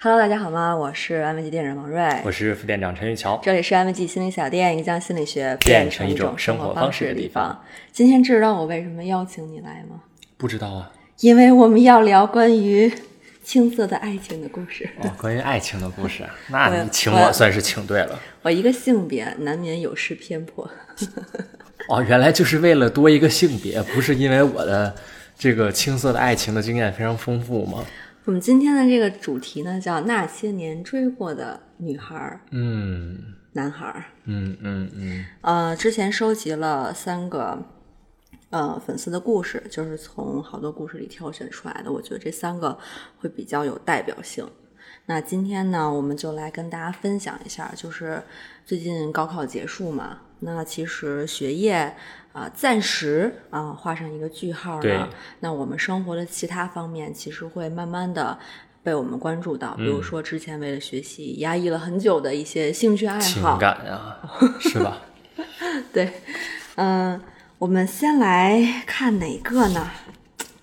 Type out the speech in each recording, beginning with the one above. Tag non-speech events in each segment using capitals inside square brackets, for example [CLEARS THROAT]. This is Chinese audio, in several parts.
Hello，大家好吗？我是安慰剂店长王瑞，我是副店长陈玉桥。这里是安慰剂心理小店，一将心理学变变成成一一种种生生活活方方式式的的地地方方。今天知道我为什么邀请你来吗？不知道啊，因为我们要聊关于青涩的爱情的故事。哦，关于爱情的故 [LAUGHS] 事，那我你请我我算是请对了。我一个性别难免有失偏颇，哦，原来就是为了多一个性别，不是因为我的这个青涩的爱情的经验非常丰富吗？我们今天的这个主题呢叫那些年追过的女孩儿、嗯男孩儿。嗯嗯嗯，呃，之前收集了三个呃粉丝的故事，就是从好多故事里挑选出来的。我觉得这三个会比较有代表性。那今天呢，我们就来跟大家分享一下，就是最近高考结束嘛，那其实学业啊、暂时啊、画上一个句号对呢，那我们生活的其他方面其实会慢慢的。被我们关注到，比如嗯说之前为了学习压抑了很久的一些兴趣爱情好，感啊， [LAUGHS] 是吧？对，嗯、我们先来看哪个呢？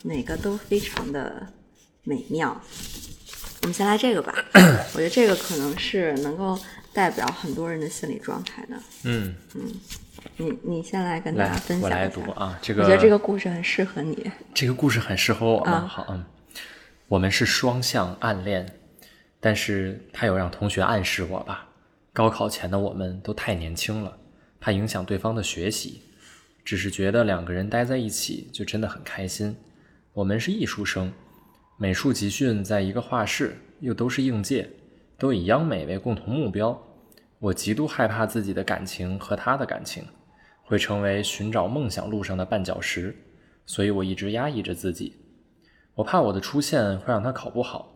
哪个都非常的美妙。我们先来这个 [COUGHS] 吧，我觉得这个可能是能够代表很多人的心理状态的。嗯，你你先来跟大家来分，享我一下。来读啊，这我个觉得这个故事很适合你。这个故事很适合我们。啊好，嗯，我们是双向暗恋，但是他有让同学暗示我吧。高考前的我们都太年轻了，怕影响对方的学习，只是觉得两个人待在一起就真的很开心。我们是艺术生，美术集训在一个画室，又都是应届，都以央美为共同目标。我极度害怕自己的感情和他的感情会成为寻找梦想路上的绊脚石。所以我一直压抑着自己，我怕我的出现会让他考不好。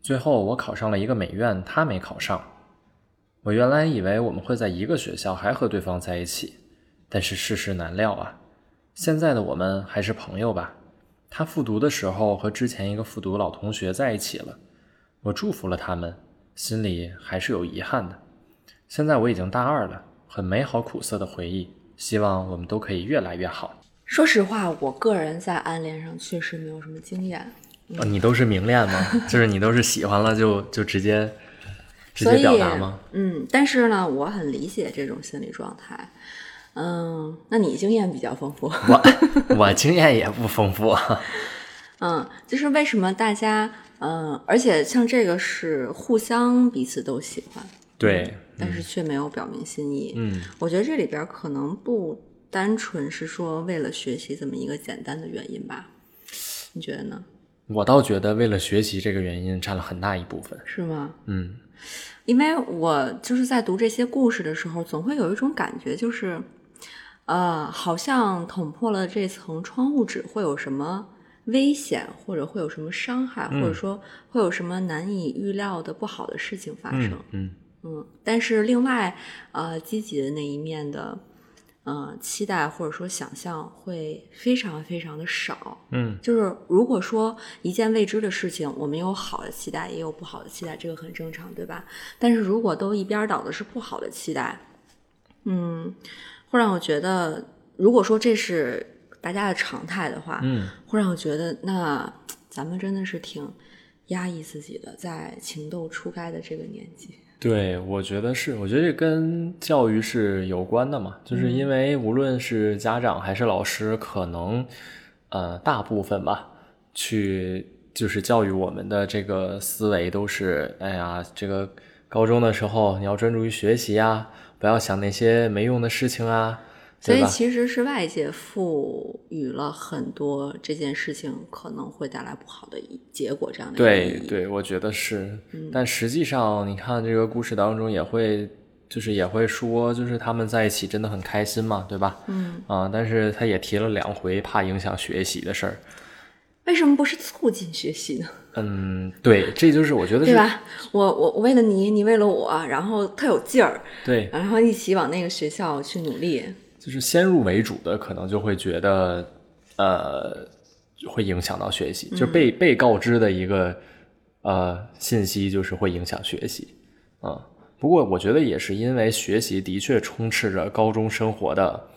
最后我考上了一个美院，他没考上。我原来以为我们会在一个学校还和对方在一起，但是世事难料啊。现在的我们还是朋友吧。他复读的时候和之前一个复读老同学在一起了，我祝福了他们，心里还是有遗憾的。现在我已经大二了，很美好苦涩的回忆，希望我们都可以越来越好。说实话，我个人在暗恋上确实没有什么经验，哦，你都是明恋吗？ [LAUGHS] 就是你都是喜欢了就就直接直所接以表达 [LAUGHS] 吗？嗯，但是呢，我很理解这种心理状态。嗯，那你经验比较丰富。我我经验也不丰富啊。嗯，就是为什么大家，嗯，而且像这个是互相彼此都喜欢，对，但是却没有表明心意。嗯，我觉得这里边可能不单纯是说为了学习这么一个简单的原因吧，你觉得呢？我倒觉得为了学习这个原因占了很大一部分。是吗？嗯，因为我就是在读这些故事的时候，总会有一种感觉，就是，呃，好像捅破了这层窗户纸会有什么危险，或者会有什么伤害，或者说会有什么难以预料的不好的事情发生。嗯嗯，嗯，但是另外，呃，积极的那一面的，呃，期待或者说想象会非常非常的少。嗯，就是如果说一件未知的事情，我们有好的期待，也有不好的期待，这个很正常，对吧？但是如果都一边倒的是不好的期待，嗯，会让我觉得，如果说这是大家的常态的话，嗯，会让我觉得，那咱们真的是挺压抑自己的，在情窦初开的这个年纪。对，我觉得是，我觉得这跟教育是有关的嘛，嗯就是因为无论是家长还是老师，可能呃大部分吧，去就是教育我们的这个思维都是，哎呀，这个高中的时候你要专注于学习啊，不要想那些没用的事情啊，所对以吧？其实是外界赋予了很多这件事情可能会带来不好的一结果这样的一个对意义，对，我觉得是。嗯但实际上，你看这个故事当中也会，就是也会说，就是他们在一起真的很开心嘛，对吧？嗯啊，但是他也提了两回怕影响学习的事儿。为什么不是促进学习呢？嗯，对，这就是我觉得对是吧？我我我为了你，你为了我，然后特有劲儿，对，然后一起往那个学校去努力。就是先入为主的，可能就会觉得，呃，会影响到学习，就是嗯被被告知的一个呃信息，就是会影响学习啊、不过我觉得也是因为学习的确充斥着高中生活的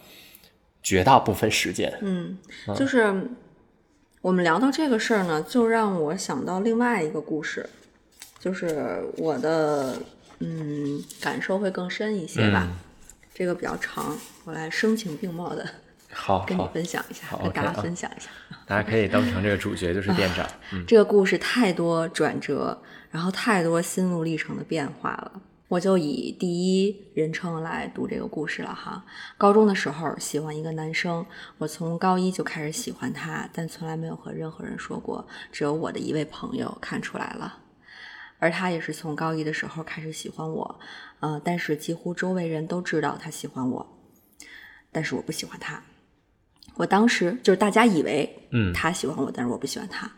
绝大部分时间。嗯，就是我们聊到这个事儿呢，就让我想到另外一个故事，就是我的嗯感受会更深一些吧。嗯这个比较长，我来声情并茂的好跟你好，分享一下，好跟大 OK，家啊分享一下。大家可以当成这个主角啊就是店长。嗯，这个故事太多转折，然后太多心路历程的变化了。我就以第一人称来读这个故事了哈。高中的时候喜欢一个男生，我从高一就开始喜欢他，但从来没有和任何人说过，只有我的一位朋友看出来了。而他也是从高一的时候开始喜欢我，呃，但是几乎周围人都知道他喜欢我，但是我不喜欢他。我当时就是大家以为，嗯他喜欢我，但是我不喜欢他。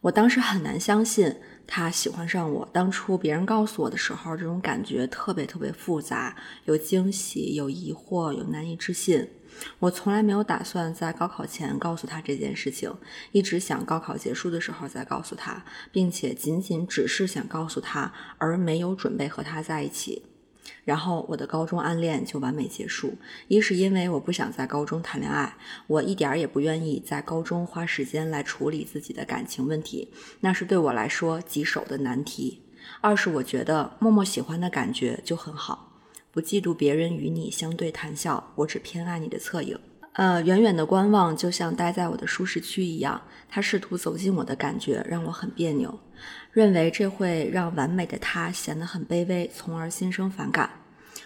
我当时很难相信他喜欢上我。当初别人告诉我的时候，这种感觉特别特别复杂，有惊喜，有疑惑，有难以置信。我从来没有打算在高考前告诉他这件事情，一直想高考结束的时候再告诉他，并且仅仅只是想告诉他，而没有准备和他在一起。然后我的高中暗恋就完美结束，一是因为我不想在高中谈恋爱，我一点儿也不愿意在高中花时间来处理自己的感情问题，那是对我来说棘手的难题。二是我觉得默默喜欢的感觉就很好，不嫉妒别人与你相对谈笑，我只偏爱你的侧影。呃，远远的观望，就像待在我的舒适区一样。他试图走近我的感觉让我很别扭，认为这会让完美的他显得很卑微，从而心生反感。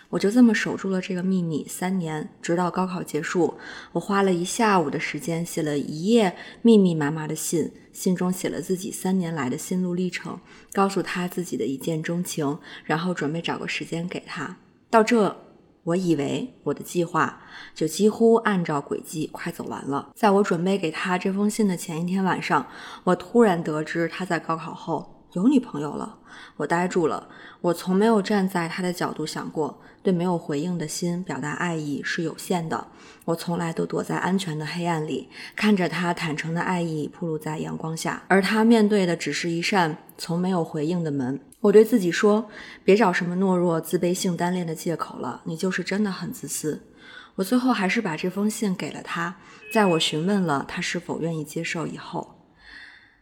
我就这么守住了这个秘密三年，直到高考结束。我花了一下午的时间，写了一页密密麻麻的信，信中写了自己三年来的心路历程，告诉他自己的一见钟情，然后准备找个时间给他。到这，我以为我的计划就几乎按照轨迹快走完了。在我准备给他这封信的前一天晚上，我突然得知他在高考后有女朋友了，我呆住了。我从没有站在他的角度想过，对没有回应的心表达爱意是有限的。我从来都躲在安全的黑暗里，看着他坦诚的爱意铺露在阳光下，而他面对的只是一扇从没有回应的门。我对自己说：“别找什么懦弱、自卑、性单恋的借口了，你就是真的很自私。”我最后还是把这封信给了他，在我询问了他是否愿意接受以后，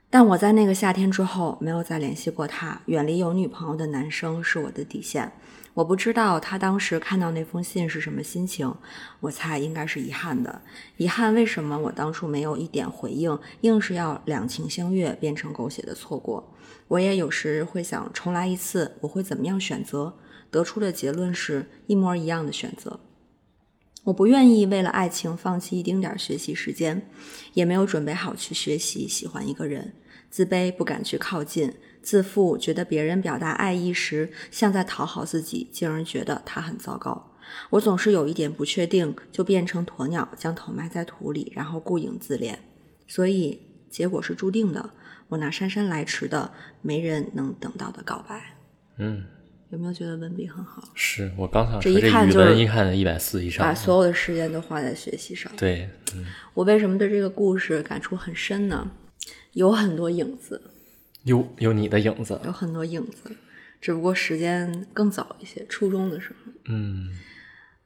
但我在那个夏天之后没有再联系过他。远离有女朋友的男生是我的底线。我不知道他当时看到那封信是什么心情，我猜应该是遗憾的。遗憾为什么我当初没有一点回应，硬是要两情相悦变成狗血的错过？我也有时会想，重来一次，我会怎么样选择？得出的结论是一模一样的选择。我不愿意为了爱情放弃一丁点儿学习时间，也没有准备好去学习喜欢一个人。自卑不敢去靠近，自负觉得别人表达爱意时像在讨好自己，进而觉得他很糟糕。我总是有一点不确定，就变成鸵鸟，将头埋在土里，然后顾影自怜。所以结果是注定的，我那姗姗来迟的、没人能等到的告白。嗯，有没有觉得文笔很好？是我刚想这说一这看语就是啊文一看一百四以把上，所有的时间都花在学习上。对，我为什么对这个故事感触很深呢？有很多影子，有有你的影子，有很多影子，只不过时间更早一些，初中的时候。嗯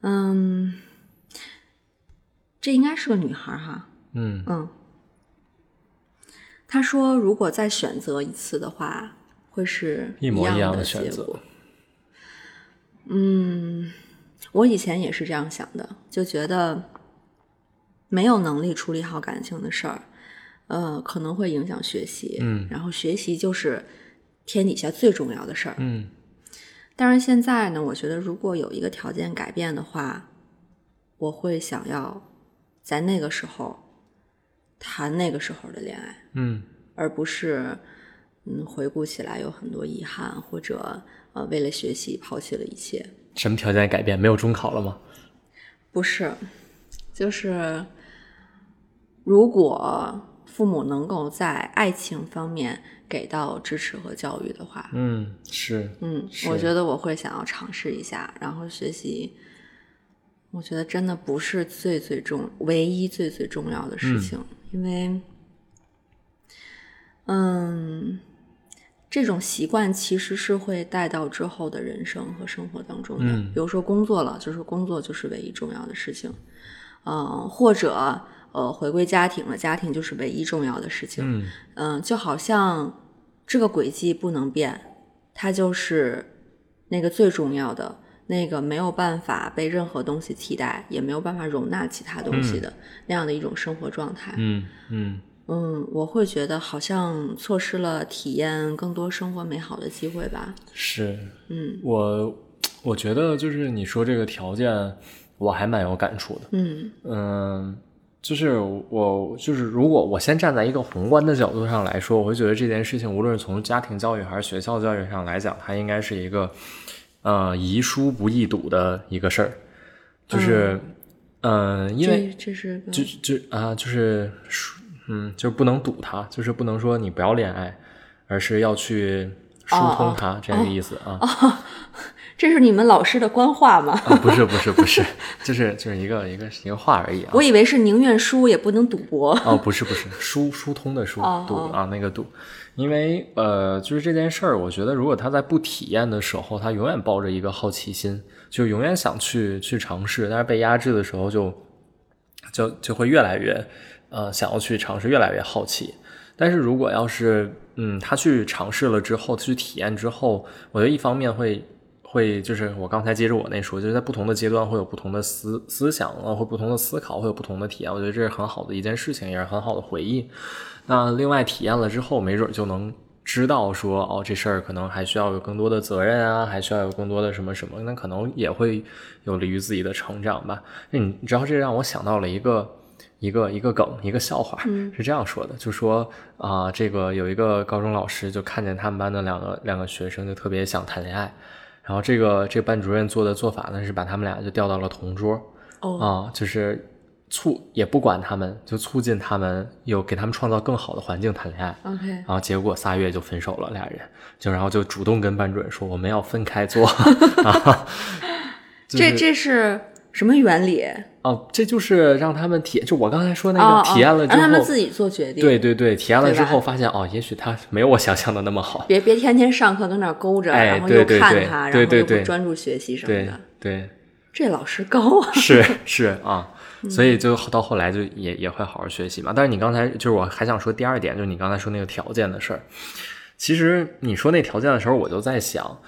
嗯，这应该是个女孩儿哈。嗯嗯，她说如果再选择一次的话，会是一模一样的的选结择果。嗯，我以前也是这样想的，就觉得没有能力处理好感情的事儿，呃，可能会影响学习。嗯然后学习就是天底下最重要的事儿。嗯但是现在呢，我觉得如果有一个条件改变的话，我会想要在那个时候谈那个时候的恋爱，嗯而不是嗯回顾起来有很多遗憾，或者呃为了学习抛弃了一切。什么条件改变？没有中考了吗？不是，就是如果父母能够在爱情方面给到支持和教育的话，嗯，是，嗯，是我觉得我会想要尝试一下，然后学习。我觉得真的不是最最重、唯一最最重要的事情，因为，嗯，这种习惯其实是会带到之后的人生和生活当中的。嗯比如说工作了，就是工作就是唯一重要的事情，嗯、或者呃回归家庭了，家庭就是唯一重要的事情。嗯嗯，就好像这个轨迹不能变，它就是那个最重要的，那个没有办法被任何东西替代，也没有办法容纳其他东西的、那样的一种生活状态。嗯嗯嗯，我会觉得好像错失了体验更多生活美好的机会吧。是嗯我，我觉得就是你说这个条件，我还蛮有感触的。嗯嗯，就是我就是如果我先站在一个宏观的角度上来说，我会觉得这件事情无论是从家庭教育还是学校教育上来讲，它应该是一个呃宜疏不宜堵的一个事儿，就是嗯、呃因为这这是个就就啊、就是疏嗯，就是不能堵它，就是不能说你不要恋爱，而是要去疏通它、这样的意思啊。这是你们老师的官话吗？啊，不是不是不是，就是就是一个一个一个话而已啊。我以为是宁愿输也不能赌博。哦，不是不是，疏疏通的疏哦堵哦啊，那个堵，因为呃，就是这件事儿，我觉得如果他在不体验的时候，他永远抱着一个好奇心，就永远想去去尝试，但是被压制的时候就，就就会越来越呃想要去尝试，越来越好奇。但是如果要是嗯，他去尝试了之后，去体验之后，我觉得一方面会会就是我刚才接着我那说，就是在不同的阶段会有不同的思思想啊，会不同的思考，会有不同的体验。我觉得这是很好的一件事情，也是很好的回忆。那另外体验了之后，没准就能知道说，哦，这事儿可能还需要有更多的责任啊，还需要有更多的什么什么，那可能也会有利于自己的成长吧。那你你知道，这让我想到了一个一个一个梗，一个笑话，是这样说的，就说啊、这个有一个高中老师就看见他们班的两个两个学生就特别想谈恋爱，然后这个这个班主任做的做法呢是把他们俩就调到了同桌，哦，啊、就是促也不管他们，就促进他们有给他们创造更好的环境谈恋爱。 OK，然后结果仨月就分手了，俩人就然后就主动跟班主任说我们要分 [LAUGHS] 开做啊，就是这这是什么原理？哦，这就是让他们体验，就我刚才说那哦个体验了哦之让后，他们自己做决定。对，对对，体验了对之吧后发现哦，也许他没有我想象的那么好，别别天天上课跟那儿勾着，哎然后对又对看对他，对对然后又对不专注学习什么对的。对，这老师高啊！ [LAUGHS] 是是啊，嗯所以就到后来就也也会好好学习嘛。但是你刚才就是我还想说第二点，就是你刚才说那个条件的事儿。其实你说那条件的时候，我就在想，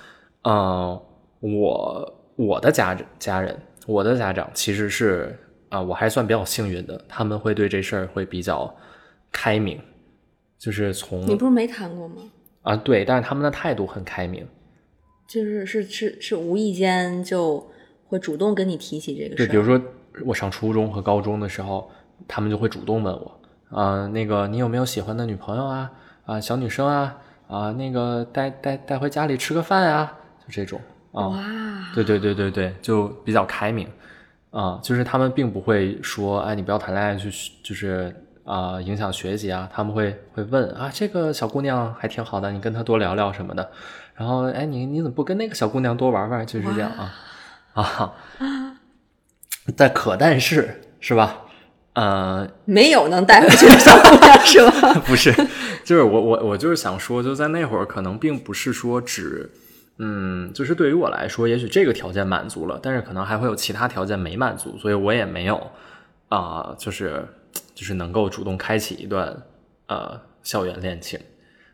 呃，我我的家人家人，我的家长其实是啊、我还算比较幸运的，他们会对这事儿会比较开明，就是从你不是没谈过吗？啊对，但是他们的态度很开明。就是是是是无意间就会主动跟你提起这个事对，儿。比如说我上初中和高中的时候，他们就会主动问我，啊、那个你有没有喜欢的女朋友啊？啊、小女生啊？啊、那个带带带回家里吃个饭啊？就这种啊。哇，对对对对对，就比较开明啊、就是他们并不会说，哎，你不要谈恋爱去，就是啊、影响学习啊，他们会会问啊，这个小姑娘还挺好的，你跟她多聊聊什么的，然后哎，你你怎么不跟那个小姑娘多玩玩？就是这样啊啊， [LAUGHS] 但可但是是吧？呃，没有能带回去的小姑娘是吧？ [LAUGHS] [LAUGHS] 不是，就是我我我就是想说，就在那会儿，可能并不是说只，嗯，就是对于我来说，也许这个条件满足了，但是可能还会有其他条件没满足，所以我也没有啊、就是就是能够主动开启一段呃校园恋情。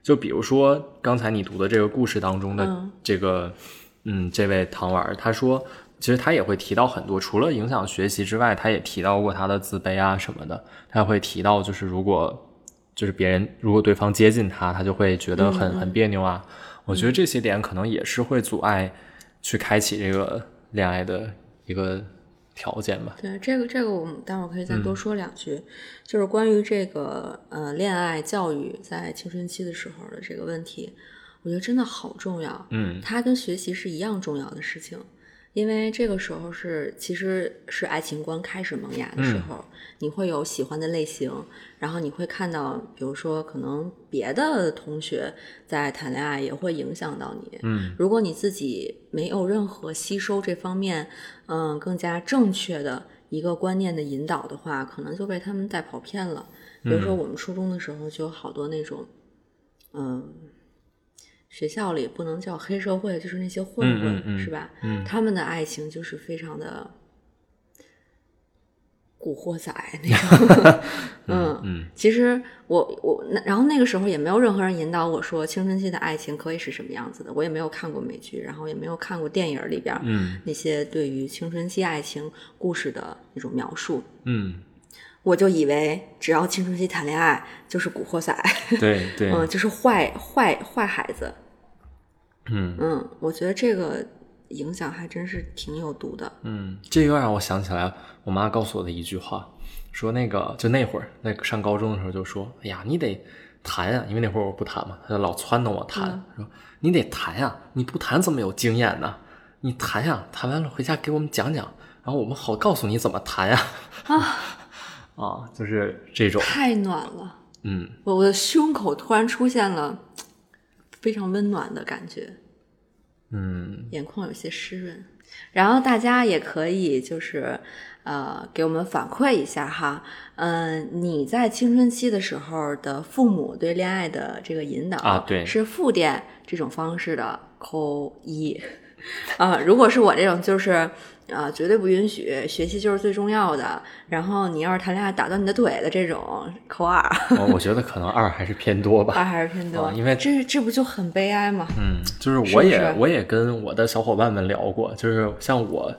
就比如说刚才你读的这个故事当中的嗯这个，嗯这位糖丸儿，他说。其实他也会提到很多，除了影响学习之外，他也提到过他的自卑啊什么的。他会提到，就是如果就是别人如果对方接近他，他就会觉得嗯很很别扭啊。我觉得这些点可能也是会阻碍去开启这个恋爱的一个条件吧。对，这个这个我们待会儿可以再嗯多说两句，就是关于这个呃恋爱教育在青春期的时候的这个问题，我觉得真的好重要。嗯它跟学习是一样重要的事情，因为这个时候是其实是爱情观开始萌芽的时候，你会有喜欢的类型，然后你会看到，比如说可能别的同学在谈恋爱也会影响到你。嗯如果你自己没有任何吸收这方面，嗯，更加正确的一个观念的引导的话，可能就被他们带跑偏了。比如说嗯我们初中的时候就有好多那种，嗯，学校里不能叫黑社会，就是那些混混，嗯嗯嗯是吧？嗯他们的爱情就是非常的。古惑仔那种。嗯， [LAUGHS] 嗯其实我我那然后那个时候也没有任何人引导我说青春期的爱情可以是什么样子的，我也没有看过美剧，然后也没有看过电影里边儿嗯那些对于青春期爱情故事的那种描述。嗯，我就以为只要青春期谈恋爱就是古惑仔，对对，嗯，就是坏坏坏孩子，嗯嗯，我觉得这个影响还真是挺有毒的。嗯，这又让我想起来我妈告诉我的一句话，说那个就那会儿那个上高中的时候就说，哎呀，你得谈啊，因为那会儿我不谈嘛，她就老撺掇我谈，说你得谈呀、你不谈怎么有经验呢？你谈呀、谈完了回家给我们讲讲，然后我们好告诉你怎么谈呀、啊。 [LAUGHS] 啊，就是这种，太暖了，嗯，我我的胸口突然出现了非常温暖的感觉，嗯，眼眶有些湿润。然后大家也可以就是呃给我们反馈一下哈，嗯、你在青春期的时候的父母对恋爱的这个引导啊对是复电这种方式的扣一。啊、如果是我这种，就是啊、呃绝对不允许，学习就是最重要的。然后你要是谈恋爱打断你的腿的这种，扣二，我我觉得可能二还是偏多吧，二还是偏多，啊因为这这不就很悲哀吗？嗯，就是是我不也是我也跟我的小伙伴们聊过，就是像我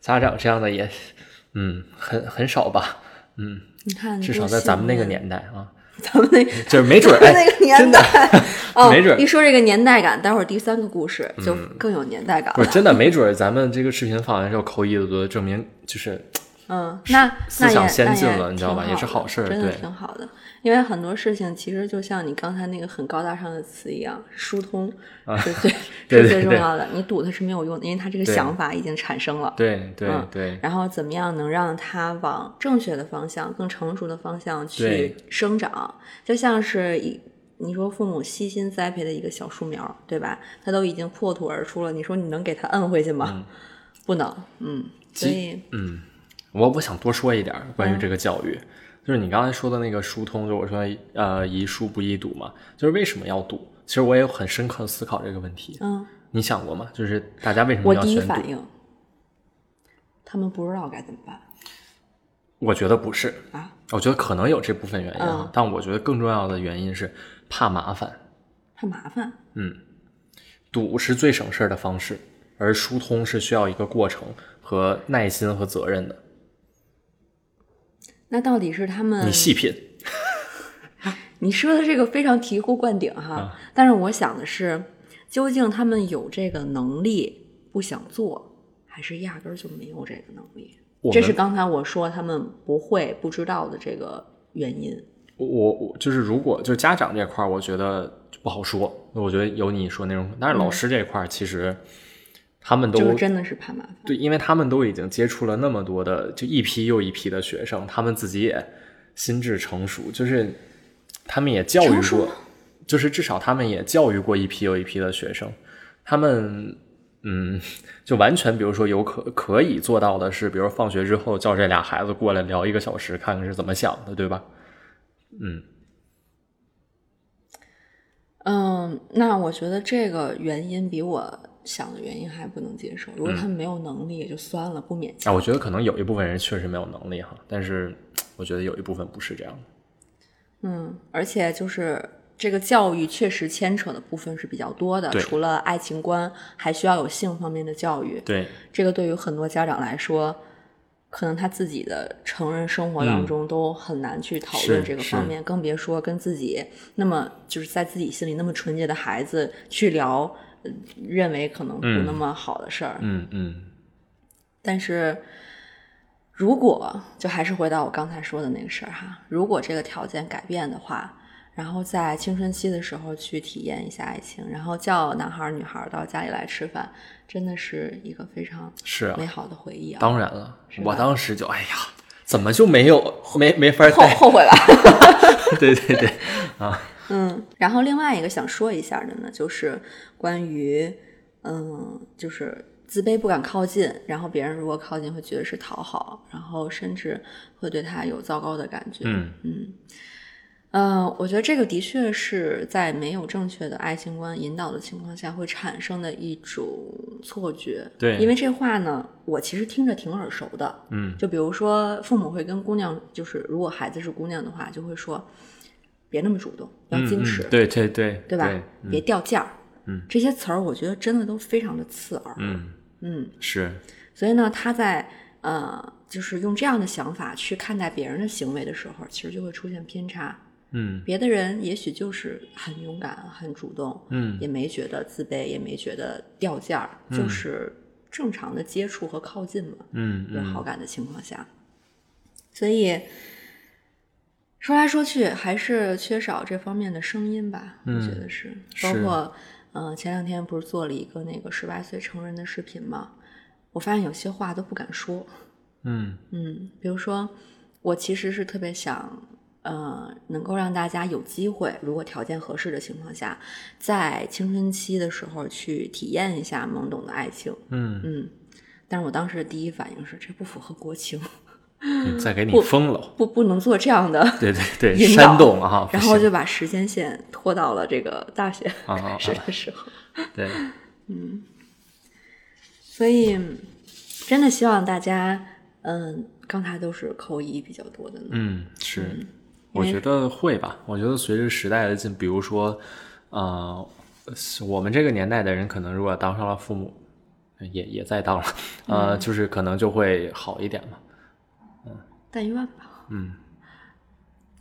家长这样的也，嗯，很很少吧，嗯，你看，至多少在咱们那个幸运年代啊， [LAUGHS] 咱们那就是没准儿 [LAUGHS] 哎那个真年的代， [LAUGHS] 哦，没准儿嗯一说这个年代感，待会儿第三个故事就更有年代感不了。是真的没准儿咱们这个视频放完之后扣一的多，证明就是嗯，那思那也想先进那了你知道吧挺也是好事儿真的对挺好的。因为很多事情其实就像你刚才那个很高大上的词一样，疏通是最对是啊对最重对要的。你堵它是没有用的，因为他这个对想法已经产生了。对对嗯对，然后怎么样能让它往正确的方向、更成熟的方向去对生长？就像是一你说父母悉心栽培的一个小树苗，对吧？它都已经破土而出了，你说你能给它摁回去吗？不能，嗯，所以嗯，我我想多说一点儿关于嗯这个教育，就是你刚才说的那个疏通，就我说呃宜疏不宜堵嘛，就是为什么要堵？其实我也有很深刻的思考这个问题，嗯，你想过吗？就是大家为什么我要第一选堵？反应，他们不知道该怎么办我觉得不是，啊，我觉得可能有这部分原因啊，嗯但我觉得更重要的原因是怕麻烦。怕麻烦，堵是最省事儿的方式，而疏通是需要一个过程和耐心和责任的。那到底是他们你细品，你说的这个非常醍醐灌顶哈，啊但是我想的是，究竟他们有这个能力不想做，还是压根儿就没有这个能力？我这是们刚才我说他们不会、不知道的这个原因。我我就是如果就是家长这块儿，我觉得不好说。我觉得有你说那种，但是老师这块儿其实他们都这个真嗯的是怕麻烦。对，因为他们都已经接触了那么多的，就一批又一批的学生，他们自己也心智成熟，就是他们也教育成熟过吗，就是至少他们也教育过一批又一批的学生，他们嗯，就完全比如说有可可以做到的是，比如放学之后叫这俩孩子过来聊一个小时，看看是怎么想的，对吧？嗯，嗯，那我觉得这个原因比我想的原因还不能接受。如果他们没有能力也就算了，不勉强。嗯啊，我觉得可能有一部分人确实没有能力哈，但是我觉得有一部分不是这样的。嗯，而且就是这个教育确实牵扯的部分是比较多的，对除了爱情观，还需要有性方面的教育。对，这个对于很多家长来说，可能他自己的成人生活当中都很难去讨论嗯是这个方面，更别说跟自己那么就是在自己心里那么纯洁的孩子去聊，呃认为可能不嗯那么好的事儿。嗯嗯但是，如果就还是回到我刚才说的那个事儿哈，如果这个条件改变的话，然后在青春期的时候去体验一下爱情，然后叫男孩儿女孩儿到家里来吃饭，真的是一个非常是啊美好的回忆啊。当然了，是我吧当时就哎呀，怎么就没有没没法后带？后悔了。 [LAUGHS] 对 [LAUGHS] 对对，嗯，然后另外一个想说一下的呢，就是关于，嗯，就是自卑不敢靠近，然后别人如果靠近会觉得是讨好，然后甚至会对他有糟糕的感觉。嗯嗯，呃，我觉得这个的确是在没有正确的爱情观引导的情况下会产生的一种错觉。对因为这话呢，我其实听着挺耳熟的。嗯，就比如说，父母会跟姑娘，就是如果孩子是姑娘的话，就会说，别那么主动，要嗯矜持，嗯对对对，对吧？嗯别掉价儿。嗯，这些词儿我觉得真的都非常的刺耳。嗯，嗯是，所以呢，他在呃，就是用这样的想法去看待别人的行为的时候，其实就会出现偏差。嗯别的人也许就是很勇敢、很主动，嗯也没觉得自卑，也没觉得掉价儿，嗯就是正常的接触和靠近嘛，嗯有好嗯，感的情况下。所以说来说去，还是缺少这方面的声音吧，我觉嗯得是。是包括嗯、呃前两天不是做了一个那个十八岁成人的视频嘛，我发现有些话都不敢说。嗯嗯，比如说，我其实是特别想，呃，能够让大家有机会，如果条件合适的情况下，在青春期的时候去体验一下懵懂的爱情。嗯，嗯，但是我当时的第一反应是，这不符合国情，嗯再给你不封了，不不能做这样 [LAUGHS] 的。对对对，引导煽动啊，哦不然后行就把时间线拖到了这个大学啊啊 [LAUGHS] 啊开始的时候。对，所以，真的希望大家，嗯，刚才都是扣一比较多的呢。嗯是，因我为觉得会吧，我觉得随着时代的进，比如说，呃，是我们这个年代的人，可能如果当上了父母，也也在当了，呃，嗯就是可能就会好一点嘛。但愿吧。嗯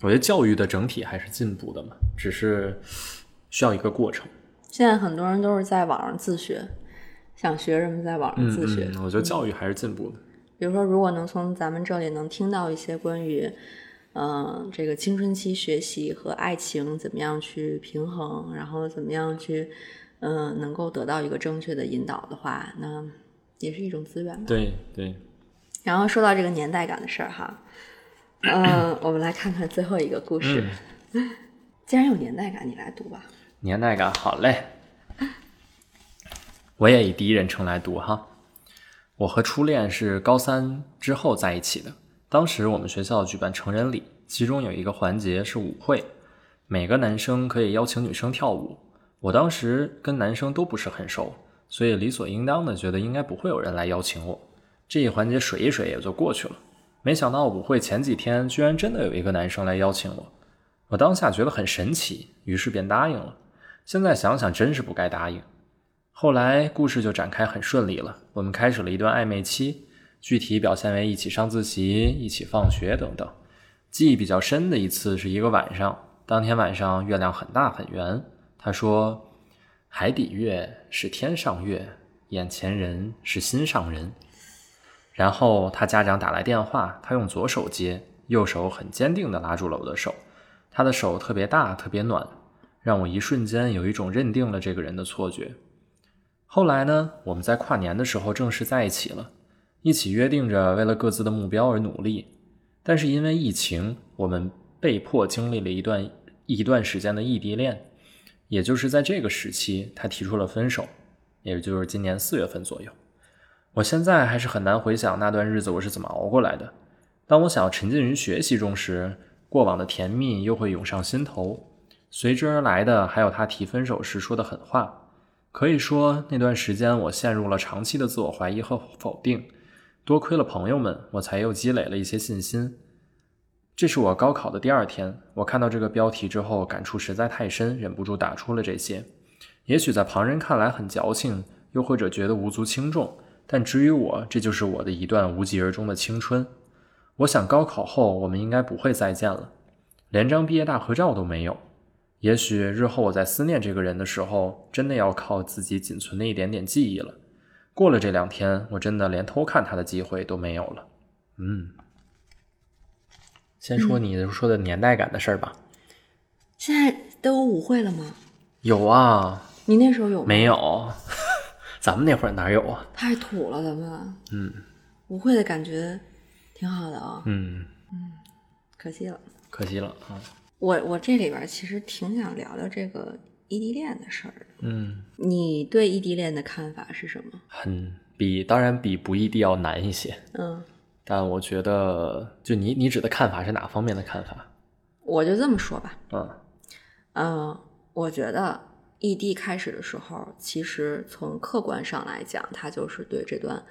我觉得教育的整体还是进步的嘛，只是需要一个过程。现在很多人都是在网上自学，想学什么在网上嗯自学。嗯，我觉得教育还是进步的。比如说，如果能从咱们这里能听到一些关于，嗯、这个青春期学习和爱情怎么样去平衡，然后怎么样去，嗯、能够得到一个正确的引导的话，那也是一种资源吧。对对，然后说到这个年代感的事儿哈，嗯、我们来看看最后一个故事。嗯既然有年代感，你来读吧。年代感，好嘞。我也以第一人称来读哈。我和初恋是高三之后在一起的。当时我们学校举办成人礼，其中有一个环节是舞会，每个男生可以邀请女生跳舞。我当时跟男生都不是很熟，所以理所应当的觉得应该不会有人来邀请我。这一环节水一水也就过去了。没想到舞会前几天居然真的有一个男生来邀请我，我当下觉得很神奇，于是便答应了。现在想想，真是不该答应。后来故事就展开很顺利了，我们开始了一段暧昧期，具体表现为一起上自习、一起放学等等。记忆比较深的一次是一个晚上，当天晚上月亮很大很圆，他说：“海底月是天上月，眼前人是心上人。”然后他家长打来电话，他用左手接，右手很坚定地拉住了我的手。他的手特别大，特别暖，让我一瞬间有一种认定了这个人的错觉。后来呢，我们在跨年的时候正式在一起了，一起约定着为了各自的目标而努力。但是因为疫情，我们被迫经历了一段一段时间的异地恋，也就是在这个时期，他提出了分手，也就是今年四月份左右。我现在还是很难回想那段日子我是怎么熬过来的。当我想要沉浸于学习中时，过往的甜蜜又会涌上心头，随之而来的还有他提分手时说的狠话。可以说那段时间我陷入了长期的自我怀疑和否定，多亏了朋友们，我才又积累了一些信心。这是我高考的第二天，我看到这个标题之后，感触实在太深，忍不住打出了这些。也许在旁人看来很矫情，又或者觉得无足轻重，但至于我，这就是我的一段无疾而终的青春。我想高考后我们应该不会再见了，连张毕业大合照都没有。也许日后我在思念这个人的时候，真的要靠自己仅存的一点点记忆了。过了这两天，我真的连偷看他的机会都没有了。嗯，先说你说的年代感的事儿吧。现在都有舞会了吗？有啊，你那时候有吗？没有？ [LAUGHS] 咱们那会儿哪有啊？太土了，咱们嗯舞会的感觉挺好的啊、嗯，可惜了。可惜了啊。我我这里边其实挺想聊聊这个异地恋的事儿的。嗯，你对异地恋的看法是什么？很比当然比不异地要难一些。嗯，但我觉得，就你你指的看法是哪方面的看法？我就这么说吧，嗯嗯，我觉得异地开始的时候，其实从客观上来讲，它就是对这段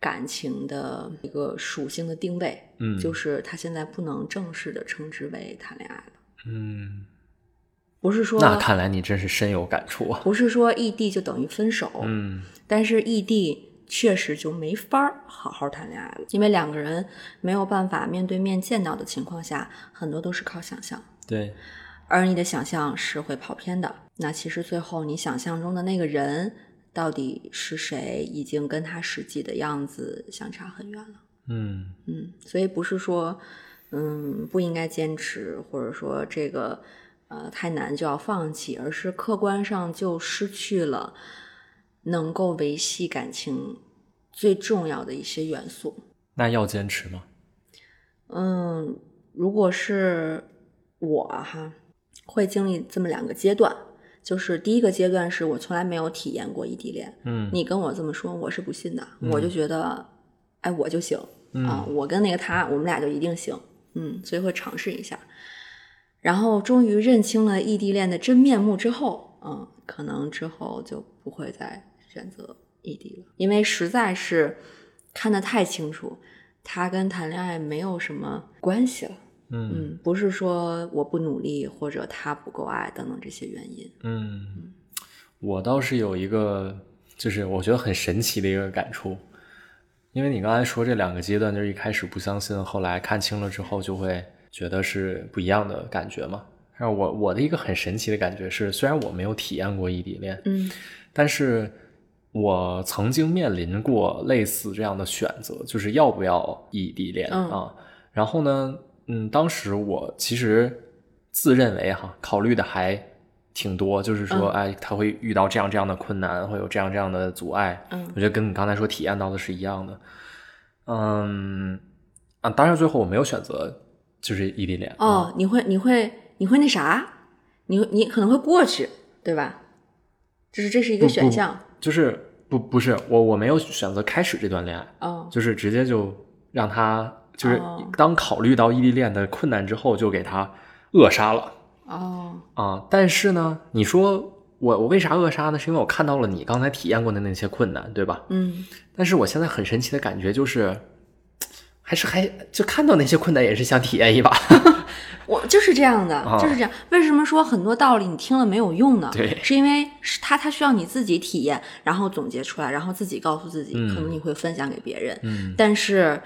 感情的一个属性的定位，嗯，就是他现在不能正式的称之为谈恋爱了，嗯，不是说那看来你真是深有感触啊。不是说异地就等于分手，嗯但是异地确实就没法儿好好谈恋爱了，因为两个人没有办法面对面见到的情况下，很多都是靠想象，对，而你的想象是会跑偏的。那其实最后你想象中的那个人到底是谁，已经跟他实际的样子相差很远了。嗯嗯，所以不是说，嗯，不应该坚持，或者说这个呃太难就要放弃，而是客观上就失去了能够维系感情最重要的一些元素。那要坚持吗？嗯，如果是我啊哈，会经历这么两个阶段，就是第一个阶段是我从来没有体验过异地恋，嗯，你跟我这么说，我是不信的，我就觉得，哎，我就行、嗯啊，我跟那个他，我们俩就一定行，嗯，所以会尝试一下。然后终于认清了异地恋的真面目之后，嗯，可能之后就不会再选择异地了，因为实在是看得太清楚，他跟谈恋爱没有什么关系了。嗯嗯，不是说我不努力或者他不够爱等等这些原因。嗯，我倒是有一个，就是我觉得很神奇的一个感触，因为你刚才说这两个阶段，就是一开始不相信，后来看清了之后，就会觉得是不一样的感觉嘛。但是我我的一个很神奇的感觉是，虽然我没有体验过异地恋，嗯但是我曾经面临过类似这样的选择，就是要不要异地恋、嗯啊。然后呢，嗯，当时我其实自认为哈，考虑的还挺多，就是说，嗯哎，他会遇到这样这样的困难，会有这样这样的阻碍。嗯我觉得跟你刚才说体验到的是一样的。嗯啊，当然最后我没有选择就是异地恋。啊哦，你会你会你会那啥，你你可能会过去，对吧？就是这是一个不选项。就是不不是我我没有选择开始这段恋爱。哦就是直接就让他，就是哦当考虑到异地恋的困难之后，就给他扼杀了哦，啊。但是呢，你说我我为啥扼杀呢？是因为我看到了你刚才体验过的那些困难，对吧？嗯但是我现在很神奇的感觉就是，还是还就看到那些困难也是想体验一把。我就是这样的，哦就是这样。为什么说很多道理你听了没有用呢？对是因为是他他需要你自己体验，然后总结出来，然后自己告诉自己，嗯可能你会分享给别人。嗯但是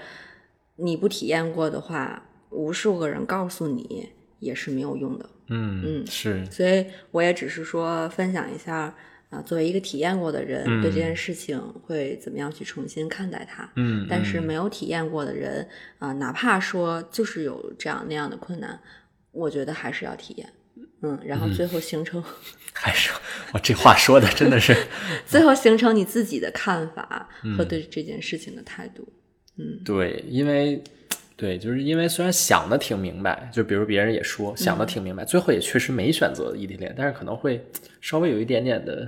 你不体验过的话，无数个人告诉你也是没有用的。嗯嗯是所以我也只是说分享一下啊、作为一个体验过的人，嗯对这件事情会怎么样去重新看待它。嗯，但是嗯没有体验过的人啊、哪怕说就是有这样那样的困难，我觉得还是要体验。嗯，然后最后形成， [LAUGHS] 还是我这话说的真的是最后形成你自己的看法嗯和对这件事情的态度。嗯对，因为对，就是因为虽然想的挺明白，就比如别人也说想的挺明嗯白，最后也确实没选择异地恋，但是可能会稍微有一点点的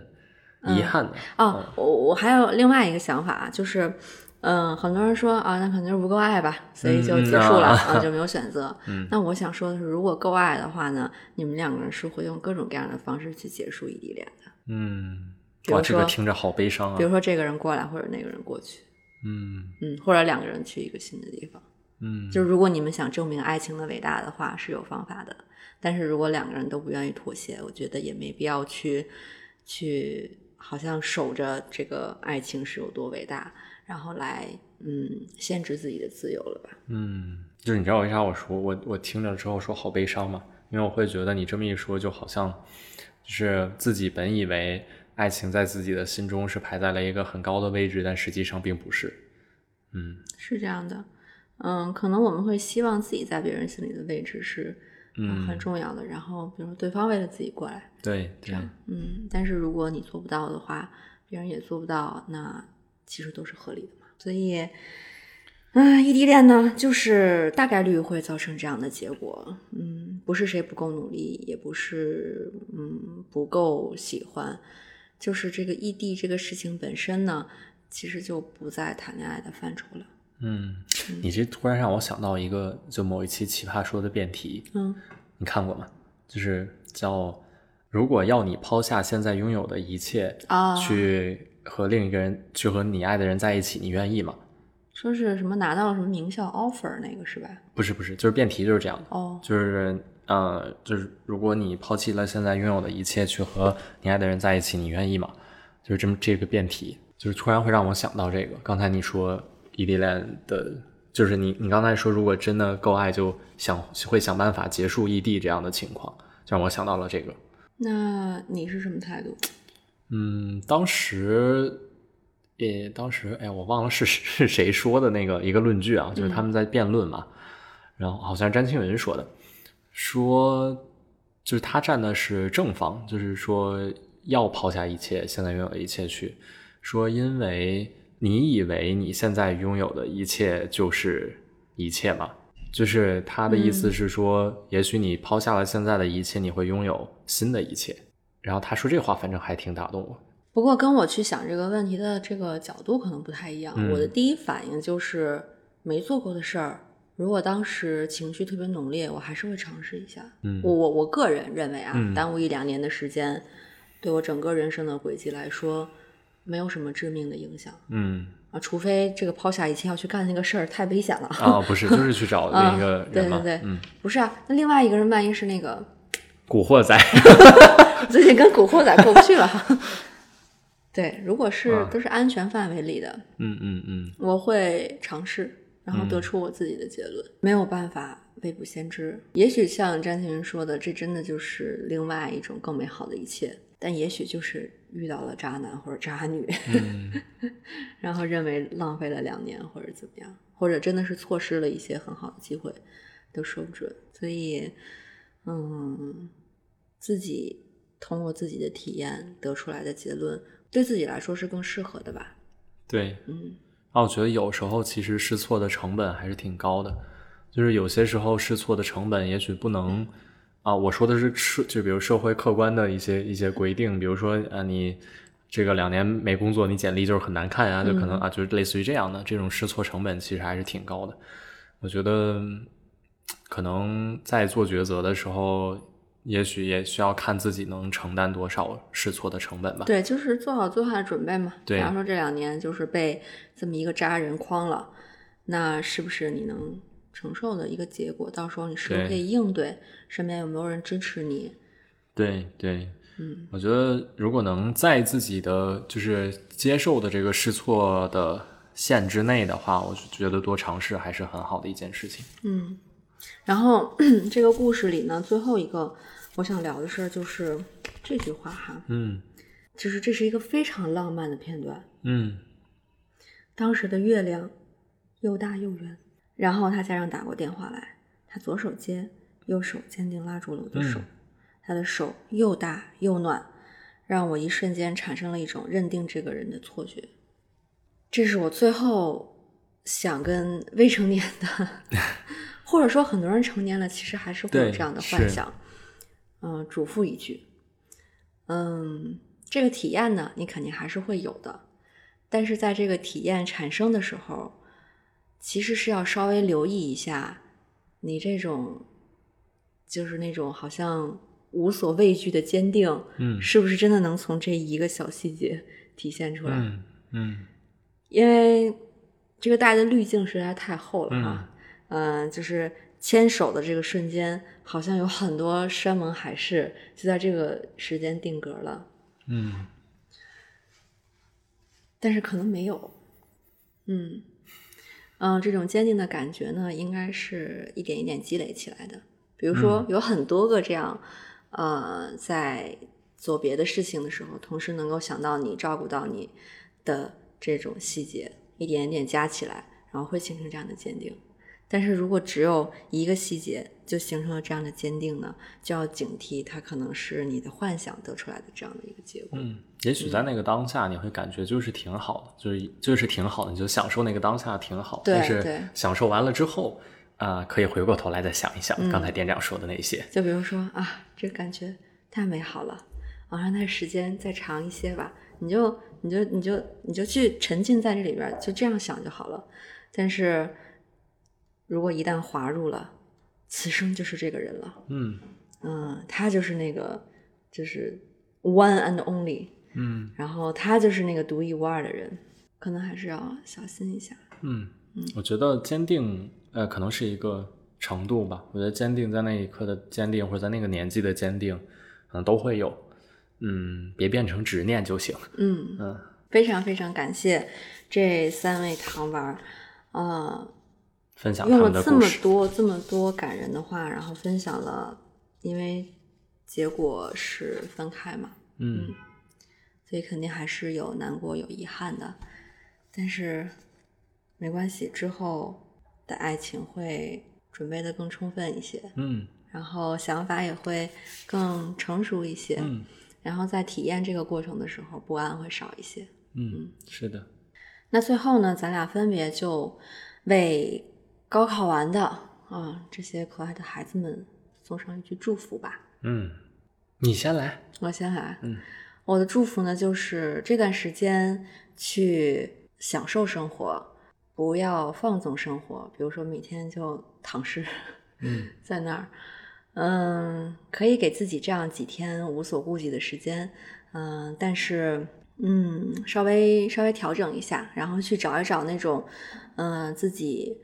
遗憾的。哦，我我还有另外一个想法，啊就是，嗯，很多人说啊，那可能就是不够爱吧，所以就嗯嗯结束了、啊啊，就没有选 [LAUGHS] 择。嗯那我想说的是，如果够爱的话呢，你们两个人是会用各种各样的方式去结束异地恋的，嗯，比如哇，这个说听着好悲伤啊比。如说这个人过来，或者那个人过去，嗯嗯，或者两个人去一个新的地方。嗯，就是如果你们想证明爱情的伟大的话，是有方法的。但是如果两个人都不愿意妥协，我觉得也没必要去去好像守着这个爱情是有多伟大，然后来嗯限制自己的自由了吧？嗯，就是你知道为啥我说我我听着之后说好悲伤吗？因为我会觉得你这么一说，就好像就是自己本以为爱情在自己的心中是排在了一个很高的位置，但实际上并不是。嗯，是这样的，嗯，可能我们会希望自己在别人心里的位置是、呃嗯很重要的，然后比如说对方为了自己过来，对这对，样，嗯，但是如果你做不到的话，别人也做不到，那其实都是合理的嘛。所以，啊、异地恋呢，就是大概率会造成这样的结果。嗯，不是谁不够努力，也不是嗯不够喜欢，就是这个异地这个事情本身呢，其实就不在谈恋爱的范畴了。嗯嗯，你这突然让我想到一个，就某一期奇葩说的辩题，嗯你看过吗？就是叫如果要你抛下现在拥有的一切，啊，去和另一个人，去和你爱的人在一起，你愿意吗？说是什么拿到了什么名校 offer 那个是吧？不是不是，就是辩题就是这样的，哦，就是呃，就是如果你抛弃了现在拥有的一切，去和你爱的人在一起，你愿意吗？就是这么这个辩题，就是突然会让我想到这个。刚才你说异地恋的，就是你你刚才说，如果真的够爱，就想会想办法结束异地这样的情况，就让我想到了这个。那你是什么态度？嗯，当时，也当时，哎，我忘了是是谁说的那个一个论据啊，就是他们在辩论嘛，然后好像是詹青云说的，说就是他站的是正方，就是说要抛下一切，现在拥有的一切去，说因为你以为你现在拥有的一切就是一切嘛，就是他的意嗯思是说，也许你抛下了现在的一切，你会拥有新的一切。然后他说这话，反正还挺打动我。不过跟我去想这个问题的这个角度可能不太一样。嗯我的第一反应就是没做过的事儿，如果当时情绪特别浓烈，我还是会尝试一下。嗯我我我个人认为啊，嗯耽误一两年的时间，对我整个人生的轨迹来说，没有什么致命的影响 [LAUGHS] 嗯，啊，除非这个抛下一切要去干那个事儿太危险了。 [LAUGHS] 啊、不是，就是去找另一个人嘛。啊对对对嗯，不是啊，那另外一个人万一是那个古惑仔。最近跟《古惑仔》过不去了。 [LAUGHS] 对，如果是啊都是安全范围里的，嗯嗯嗯我会尝试，然后得出我自己的结论，没有办法未卜先知。也许像詹青云说的，这真的就是另外一种更美好的一切，但也许就是遇到了渣男或者渣女， [LAUGHS] 嗯， [LAUGHS] 然后认为浪费了两年或者怎么样，或者真的是错失了一些很好的机会，都说不准。所以，嗯，自己通过自己的体验得出来的结论，对自己来说是更适合的吧。对。嗯啊，我觉得有时候其实试错的成本还是挺高的，就是有些时候试错的成本也许不能啊，我说的是社，就比如社会客观的一些一些规定，比如说啊，你这个两年没工作，你简历就是很难看啊，就可能啊，就是类似于这样的这种试错成本其实还是挺高的。我觉得嗯可能在做抉择的时候，也许也需要看自己能承担多少试错的成本吧。对，就是做好做坏准备嘛。对比方说这两年就是被这么一个渣人诓了，那是不是你能承受的一个结果？到时候你是否对可以应对？身边有没有人支持你？对对，嗯我觉得如果能在自己的就是接受的这个试错的线之内的话，我就觉得多尝试还是很好的一件事情。嗯。然后 [CLEARS THROAT] 这个故事里呢，最后一个我想聊的事儿就是这句话哈，嗯就是这是一个非常浪漫的片段。嗯当时的月亮又大又圆，然后他家人打过电话来，他左手接，右手坚定拉住了我的手，嗯他的手又大又暖，让我一瞬间产生了一种认定这个人的错觉。这是我最后想跟未成年的， [LAUGHS] 或者说很多人成年了，其实还是会有对这样的是幻想。嗯、嘱咐一句，嗯，这个体验呢，你肯定还是会有的。但是在这个体验产生的时候，其实是要稍微留意一下，你这种就是那种好像无所畏惧的坚定，嗯是不是真的能从这一个小细节体现出来？嗯嗯因为这个带的滤镜实在太厚了啊，嗯、就是牵手的这个瞬间，好像有很多山盟海誓就在这个时间定格了。嗯，但是可能没有。嗯，嗯、这种坚定的感觉呢，应该是一点一点积累起来的。比如说，有很多个这样，呃，在做别的事情的时候，同时能够想到你、照顾到你的这种细节，一点一点加起来，然后会形成这样的坚定。但是如果只有一个细节就形成了这样的坚定呢，就要警惕它可能是你的幻想得出来的这样的一个结果。嗯，也许在那个当下，你会感觉就是挺好的，就是就是挺好的，你就享受那个当下挺好。对但对是享受完了之后，啊、可以回过头来再想一嗯想刚才店长说的那些。就比如说啊，这感觉太美好了，啊，让它时间再长一些吧，你就你就你就你就去沉浸在这里边儿，就这样想就好了。但是如果一旦滑入了，此生就是这个人了。嗯嗯，他就是那个就是 one and only，嗯然后他就是那个独一无二的人，可能还是要小心一下。嗯，我觉得坚定，呃，可能是一个程度吧。我觉得坚定在那一刻的坚定，或者在那个年纪的坚定，可能都会有。嗯，别变成执念就行。嗯，嗯非常非常感谢这三位糖丸儿，呃，分享他用们了的这故么事。多这么多感人的话，然后分享了，因为结果是分开嘛，嗯，所以肯定还是有难过、有遗憾的。但是没关系，之后的爱情会准备的更充分一些，嗯然后想法也会更成熟一些，嗯然后在体验这个过程的时候，不安会少一些。嗯，是的。那最后呢，咱俩分别就为高考完的啊、这些可爱的孩子们送上一句祝福吧。嗯，你先来。我先来，嗯，我的祝福呢就是这段时间去享受生活，不要放纵生活。比如说每天就躺尸嗯 [LAUGHS] 在那儿，嗯，可以给自己这样几天无所顾忌的时间，嗯，但是嗯，稍微稍微调整一下，然后去找一找那种，嗯，自己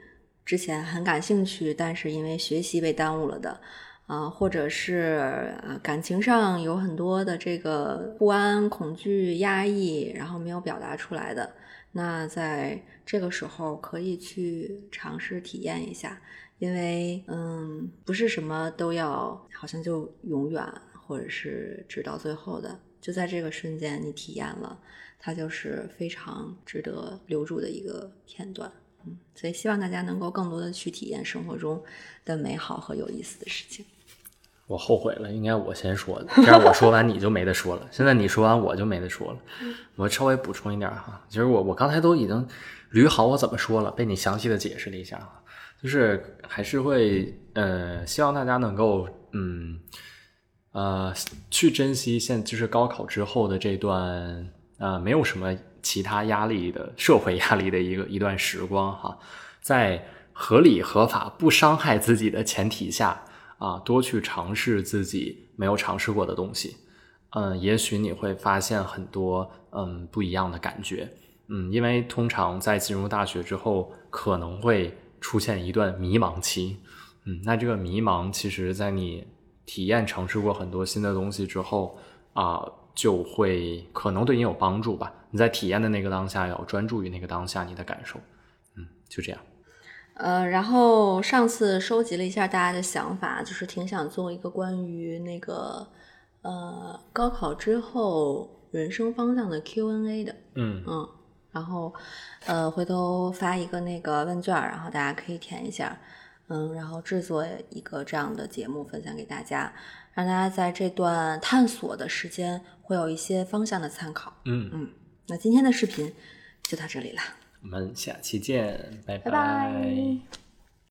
之前很感兴趣，但是因为学习被耽误了的，啊、或者是啊感情上有很多的这个不安、恐惧、压抑，然后没有表达出来的，那在这个时候可以去尝试体验一下，因为嗯，不是什么都要好像就永远或者是直到最后的，就在这个瞬间你体验了，它就是非常值得留住的一个片段。嗯，所以希望大家能够更多的去体验生活中的美好和有意思的事情。我后悔了，应该我先说的，这样我说完你就没得说了。现在你说完我就没得说了。我稍微补充一点哈，其实我我刚才都已经捋好我怎么说了，被你详细的解释了一下哈，就是还是会呃，希望大家能够嗯呃去珍惜现就是高考之后的这段呃没有什么其他压力的社会压力的一个一段时光哈，在合理合法不伤害自己的前提下，啊，多去尝试自己没有尝试过的东西。嗯，也许你会发现很多嗯不一样的感觉。嗯，因为通常在进入大学之后，可能会出现一段迷茫期。嗯，那这个迷茫，其实在你体验尝试过很多新的东西之后啊、就会可能对你有帮助吧。你在体验的那个当下，要专注于那个当下你的感受。嗯，就这样。呃，然后上次收集了一下大家的想法，就是挺想做一个关于那个呃高考之后人生方向的 Q&A 的，嗯嗯，然后呃回头发一个那个问卷儿，然后大家可以填一下，嗯，然后制作一个这样的节目分享给大家，让大家在这段探索的时间会有一些方向的参考。嗯，那今天的视频就到这里了，我们下期见，拜拜拜